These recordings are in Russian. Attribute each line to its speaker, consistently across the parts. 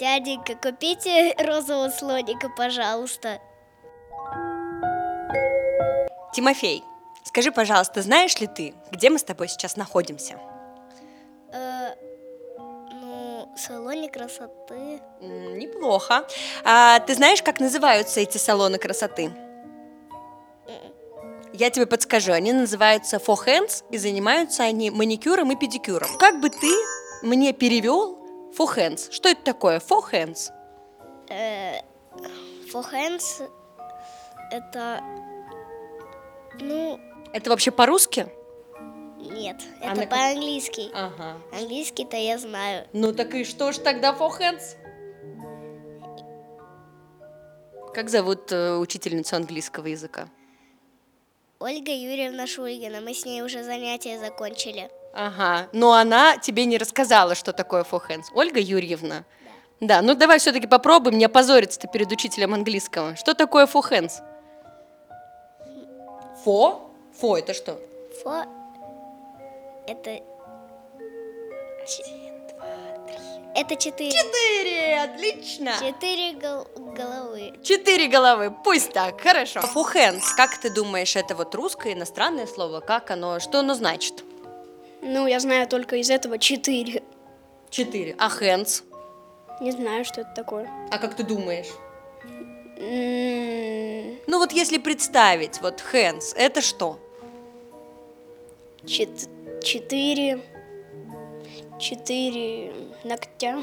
Speaker 1: Дяденька, купите розового слоника, пожалуйста.
Speaker 2: Тимофей, скажи, пожалуйста, знаешь ли ты, где мы с тобой сейчас находимся?
Speaker 1: Э, ну, в салоне красоты.
Speaker 2: М, Неплохо. А ты знаешь, как называются эти салоны красоты? Я тебе подскажу. Они называются Four Hands и занимаются они маникюром и педикюром. Как бы ты мне перевел Four Hands? Что это такое? Four Hands?
Speaker 1: Э, four hands это... Ну,
Speaker 2: Это вообще по-русски?
Speaker 1: нет,
Speaker 2: А
Speaker 1: это
Speaker 2: на ка-
Speaker 1: по-английски.
Speaker 2: Ага.
Speaker 1: Английский-то я знаю.
Speaker 2: Ну так и что ж тогда Four Hands? Как зовут э, учительницу английского языка?
Speaker 1: Ольга Юрьевна Шульгина, мы с ней уже занятия закончили.
Speaker 2: Ага, но она тебе не рассказала, что такое four hands. Ольга Юрьевна? Да. ну давай все-таки попробуем не опозориться-то перед учителем английского. Что такое four hands? Фо? Фо это что?
Speaker 1: Фо... Это... Это четыре.
Speaker 2: Четыре, отлично!
Speaker 1: Четыре гол- головы.
Speaker 2: Четыре головы, пусть так, хорошо. Four hands, как ты думаешь, это вот русское иностранное слово? Как оно, что оно значит?
Speaker 3: Ну, я знаю только из этого четыре.
Speaker 2: Четыре. А hands?
Speaker 3: Не знаю, что это такое.
Speaker 2: А как ты думаешь?
Speaker 3: М,
Speaker 2: Ну вот если представить, вот hands, это что?
Speaker 3: чет- Четыре. Четыре ногтя.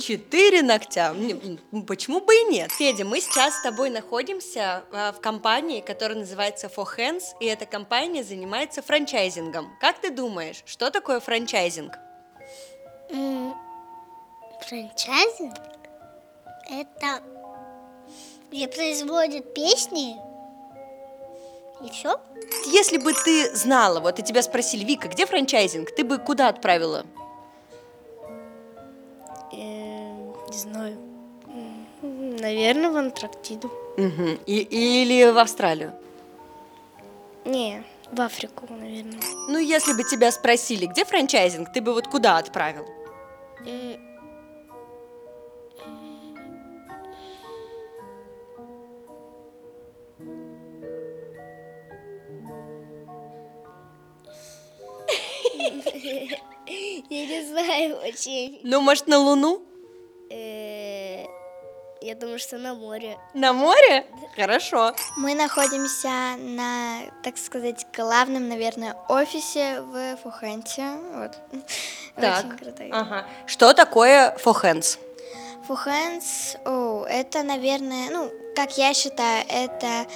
Speaker 2: Четыре ногтя. М, м, Почему бы и нет? Федя, мы сейчас с тобой находимся а, в компании, которая называется Four Hands, и эта компания занимается франчайзингом. Как ты думаешь, что такое франчайзинг?
Speaker 1: Франчайзинг? Это где производят песни и все?
Speaker 2: Если бы ты знала, вот и тебя спросили, Вика, где франчайзинг, ты бы куда отправила?
Speaker 3: Эм, Не знаю. Наверное, в Антарктиду.
Speaker 2: Мгм. И- или в Австралию?
Speaker 3: Не, в Африку, наверное.
Speaker 2: Ну, если бы тебя спросили, где франчайзинг, ты бы вот куда отправил?
Speaker 1: Я не знаю очень.
Speaker 2: Ну, может, на Луну?
Speaker 1: Э, Я думаю, что на море.
Speaker 2: На море? Хорошо.
Speaker 4: Мы находимся на, так сказать, главном, наверное, офисе в Фухенте. Вот.
Speaker 2: Так.
Speaker 4: Очень круто.
Speaker 2: Ага. Что такое Four Hands?
Speaker 4: Фухенс, о, это, наверное, ну, как я считаю, это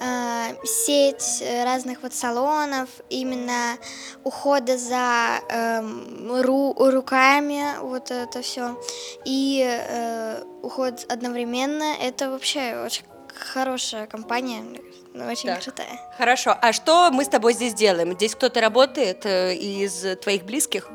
Speaker 4: э, сеть э, разных вот салонов, именно ухода за эм, ру- руками, вот это все, и э, уход одновременно, это вообще очень хорошая компания, ну, очень
Speaker 2: Так.
Speaker 4: крутая.
Speaker 2: Хорошо, а что мы с тобой здесь делаем? Здесь кто-то работает э, из твоих близких?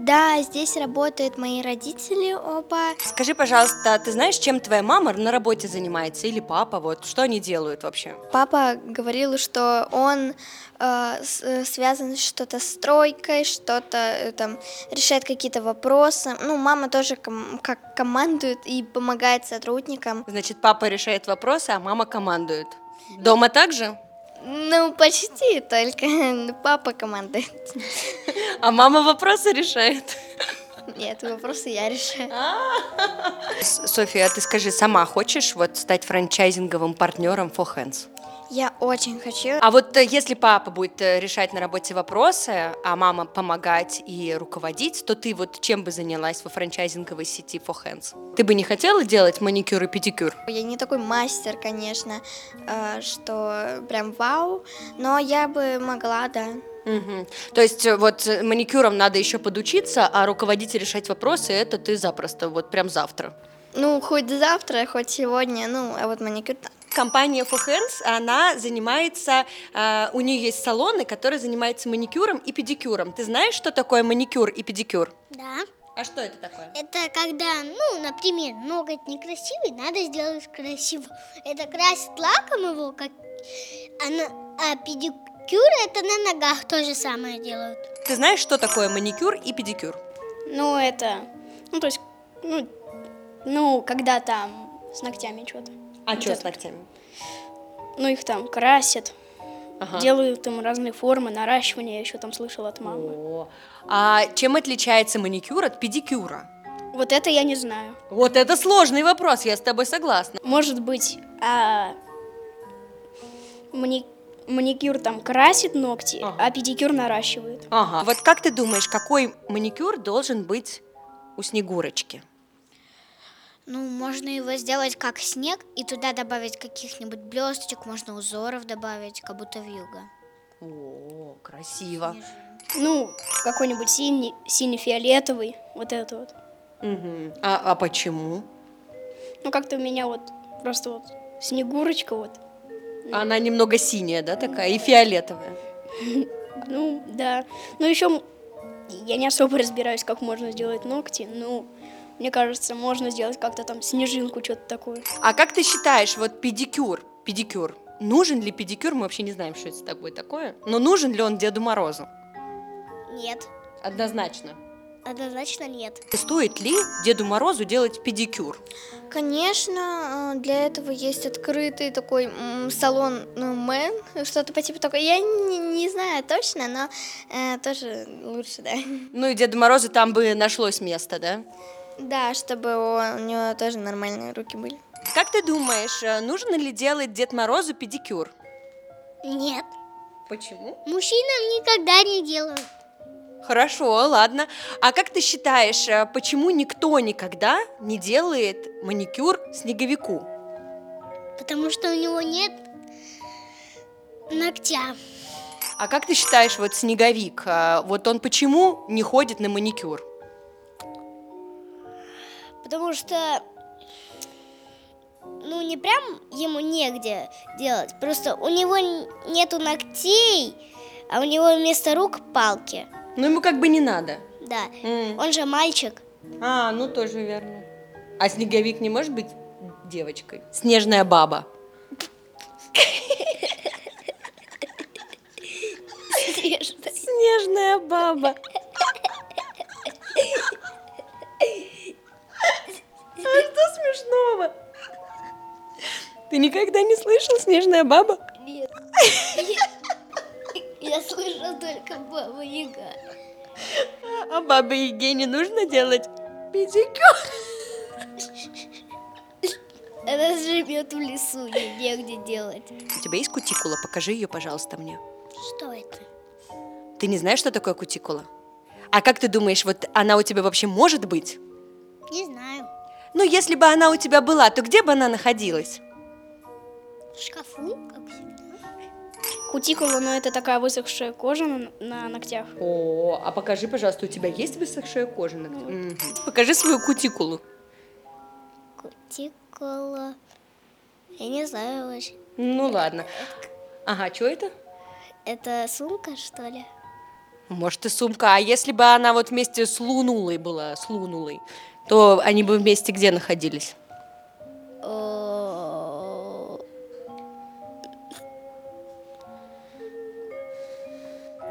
Speaker 4: Да, здесь работают мои родители оба.
Speaker 2: Скажи, пожалуйста, а ты знаешь, чем твоя мама на работе занимается? Или папа, вот, что они делают вообще?
Speaker 4: Папа говорил, что он э, с- э, связан что-то с стройкой, что-то э, там решает какие-то вопросы. Ну, мама тоже ком- как командует и помогает сотрудникам.
Speaker 2: Значит, папа решает вопросы, а мама командует. Дома также?
Speaker 4: Ну, почти только ну, папа командует.
Speaker 2: А мама вопросы решает.
Speaker 4: Нет, вопросы я решаю.
Speaker 2: С- София, а ты скажи, сама хочешь вот стать франчайзинговым партнером Four Hands?
Speaker 4: Я очень хочу.
Speaker 2: А вот э, если папа будет э, решать на работе вопросы, а мама помогать и руководить, то ты вот чем бы занялась во франчайзинговой сети Four Hands? Ты бы не хотела делать маникюр и педикюр?
Speaker 4: Я не такой мастер, конечно, э, что прям вау, но я бы могла, да.
Speaker 2: Мгм. То есть э, вот э, маникюром надо еще подучиться, а руководить и решать вопросы это ты запросто, вот прям завтра.
Speaker 4: Ну, хоть завтра, хоть сегодня, ну, а вот маникюр да.
Speaker 2: Компания Four Hands, она занимается, э, у нее есть салоны, которые занимаются маникюром и педикюром. Ты знаешь, что такое маникюр и педикюр?
Speaker 1: Да.
Speaker 2: А что это такое?
Speaker 1: Это когда, ну, например, ноготь некрасивый, надо сделать красиво. Это красит лаком его, как... а на- а педик- Педикюр это на ногах то же самое делают.
Speaker 2: Ты знаешь, что такое маникюр и педикюр?
Speaker 3: Ну, это... Ну, то есть, ну, ну когда там с ногтями что-то.
Speaker 2: А
Speaker 3: Вот
Speaker 2: что с
Speaker 3: это.
Speaker 2: ногтями?
Speaker 3: Ну, их там красят,
Speaker 2: Ага.
Speaker 3: делают им разные формы, наращивания, я еще там слышала от мамы.
Speaker 2: О. А чем отличается маникюр от педикюра?
Speaker 3: Вот это я не знаю.
Speaker 2: Вот это сложный вопрос, я с тобой согласна.
Speaker 3: Может быть, а, мани- маникюр там красит ногти,
Speaker 2: Ага.
Speaker 3: а педикюр наращивает.
Speaker 2: Ага. Вот как ты думаешь, какой маникюр должен быть у Снегурочки?
Speaker 1: Ну, можно его сделать как снег и туда добавить каких-нибудь блесточек, можно узоров добавить, как будто вьюга.
Speaker 2: О, красиво.
Speaker 3: Ну, какой-нибудь синий, синий-фиолетовый, вот это вот.
Speaker 2: Мгм. А, а почему?
Speaker 3: Ну, как-то у меня вот просто вот снегурочка вот.
Speaker 2: Она немного синяя, да, такая, и фиолетовая.
Speaker 3: Ну, да. Ну, еще я не особо разбираюсь, как можно сделать ногти, но мне кажется, можно сделать как-то там снежинку, что-то такое.
Speaker 2: А как ты считаешь, вот педикюр, педикюр, нужен ли педикюр? Мы вообще не знаем, что это с тобой такое. Но нужен ли он Деду Морозу?
Speaker 1: Нет,
Speaker 2: Однозначно.
Speaker 1: однозначно нет.
Speaker 2: Стоит ли Деду Морозу делать педикюр?
Speaker 4: Конечно, э, для этого есть открытый такой м, салон ну, Мэн, что-то по типу такой. Я не, не знаю точно, но э, тоже лучше, да.
Speaker 2: Ну и Деду Морозу там бы нашлось место, да?
Speaker 4: Да, чтобы у него тоже нормальные руки были.
Speaker 2: Как ты думаешь, э, нужно ли делать Дед Морозу педикюр?
Speaker 1: Нет.
Speaker 2: Почему?
Speaker 1: Мужчинам никогда не делают.
Speaker 2: Хорошо, ладно. А как ты считаешь, э, почему никто никогда не делает маникюр снеговику?
Speaker 1: Потому что у него нет ногтя.
Speaker 2: А как ты считаешь, вот снеговик, а, вот он почему не ходит на маникюр?
Speaker 1: Потому что, ну, не прям ему негде делать. Просто у него н- нету ногтей, а у него вместо рук палки.
Speaker 2: Ну, ему как бы не надо.
Speaker 1: Да.
Speaker 2: М.
Speaker 1: Он же мальчик.
Speaker 2: А, ну тоже верно. А снеговик не может быть девочкой? Снежная баба. Снежная баба. А что смешного? Ты никогда не слышал «Снежная баба»?
Speaker 1: Нет. Я слышала только баба Яга.
Speaker 2: А бабе Еге не нужно делать педикюр?
Speaker 1: Она живет в лесу, ей негде делать.
Speaker 2: У тебя есть кутикула? Покажи ее, пожалуйста, мне.
Speaker 1: Что это?
Speaker 2: Ты не знаешь, что такое кутикула? А как ты думаешь, вот она у тебя вообще может быть?
Speaker 1: Не знаю.
Speaker 2: Ну, если бы она у тебя была, то где бы она находилась?
Speaker 1: В шкафу, как всегда.
Speaker 3: Кутикула, ну, это такая высохшая кожа на, на ногтях.
Speaker 2: О, а покажи, пожалуйста, у тебя есть высохшая кожа? Покажи свою кутикулу.
Speaker 1: Кутикула. Я не знаю вообще.
Speaker 2: Ну, ладно. Ага, что это?
Speaker 1: Это сумка, что ли?
Speaker 2: Может, и сумка. А если бы она вот вместе с Лунулой была, с Лунулой, то они бы вместе где находились?
Speaker 1: О,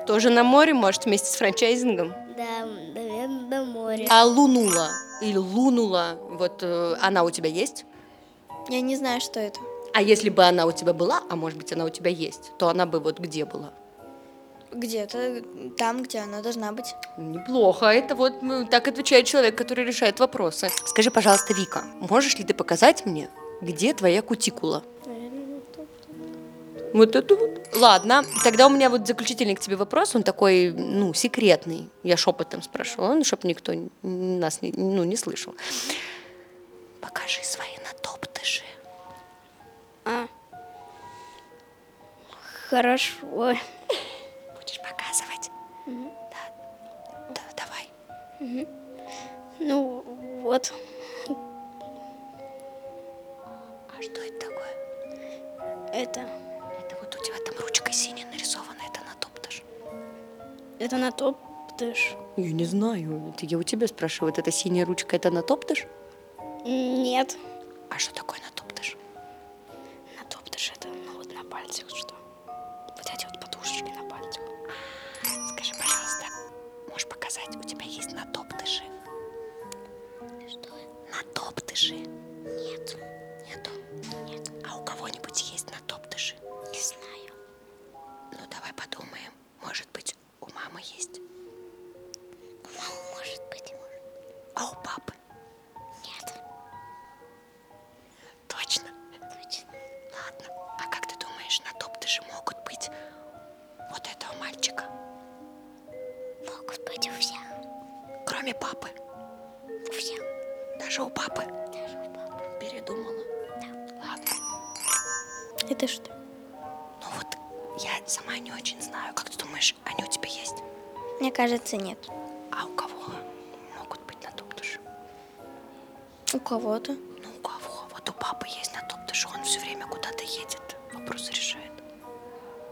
Speaker 2: Тоже на море, может, вместе с франчайзингом?
Speaker 1: Да, наверное, на море.
Speaker 2: А лунула или лунула, вот э, она у тебя есть?
Speaker 4: Я не знаю, что это.
Speaker 2: А если бы она у тебя была, а может быть она у тебя есть, то она бы вот где была?
Speaker 4: Где-то там, где она должна быть.
Speaker 2: Неплохо, это вот ну, так отвечает человек, который решает вопросы. Скажи, пожалуйста, Вика, можешь ли ты показать мне, где твоя кутикула? Вот это вот. Ладно, тогда у меня вот заключительный к тебе вопрос, он такой, ну, секретный. Я шепотом спрашивала, ну, чтобы никто н- нас не, ну, не слышал. Покажи свои натоптыши.
Speaker 3: А. Хорошо.
Speaker 2: Будешь показывать? Да. Да, давай.
Speaker 3: Ну, вот.
Speaker 2: А что это такое?
Speaker 3: Это.
Speaker 2: Это вот у тебя там ручкой синяя нарисована, это натоптыш.
Speaker 3: Это на топ дыш.
Speaker 2: Я не знаю, это я у тебя спрашиваю, вот эта синяя ручка, это натоптыш?
Speaker 3: Нет.
Speaker 2: А что такое натоптыш?
Speaker 3: А На топ дыш это, ну, вот на пальцах что. Вот эти вот подушки.
Speaker 2: подушечки на пальцах. Скажи, пожалуйста, можешь показать, у тебя есть натоптыши? Что? Натоптыши. Нет. Нету? Нет. А у кого-нибудь есть натоптыши? Не знаю. Ну, давай подумаем. Может быть, у мамы есть? У мамы может быть. А у папы? Нет. Точно? Точно. Ладно. А как ты думаешь, на топтыши могут быть вот этого мальчика? Могут быть у всех. Кроме папы? У всех. Даже у папы? Даже у папы. Передумала? Да. Ладно.
Speaker 4: Это что?
Speaker 2: Ну вот я сама не очень знаю. Как ты думаешь, они у тебя есть?
Speaker 4: Мне кажется, нет.
Speaker 2: А у кого могут быть на топтыши?
Speaker 4: У кого-то.
Speaker 2: Ну, у кого? Вот у папы есть на топтыши, он все время куда-то едет. Вопрос решает.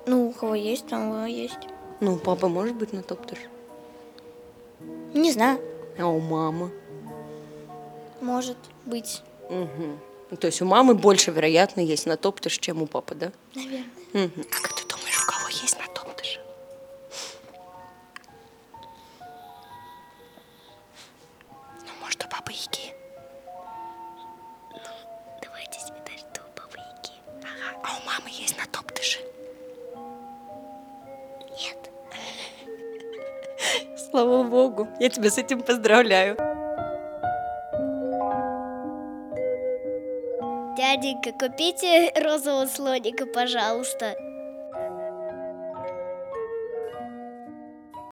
Speaker 4: Ну, у кого есть, там у кого есть.
Speaker 5: Ну, папа может быть на топтыш?
Speaker 4: Не знаю.
Speaker 5: А у мамы?
Speaker 4: Может быть.
Speaker 5: Угу. То есть у мамы больше, вероятно, есть на топтыш, чем у папы, да?
Speaker 4: Наверное.
Speaker 5: Мгм.
Speaker 2: А как ты думаешь, у кого есть на топтыши? Ну, может, у бабы Яги? Ну, давайте считать, что у бабы Яги. Ага. А у мамы есть на топтыши? Нет.
Speaker 5: Слава богу, я тебя с этим поздравляю.
Speaker 1: Дяденька, купите розового слоника, пожалуйста.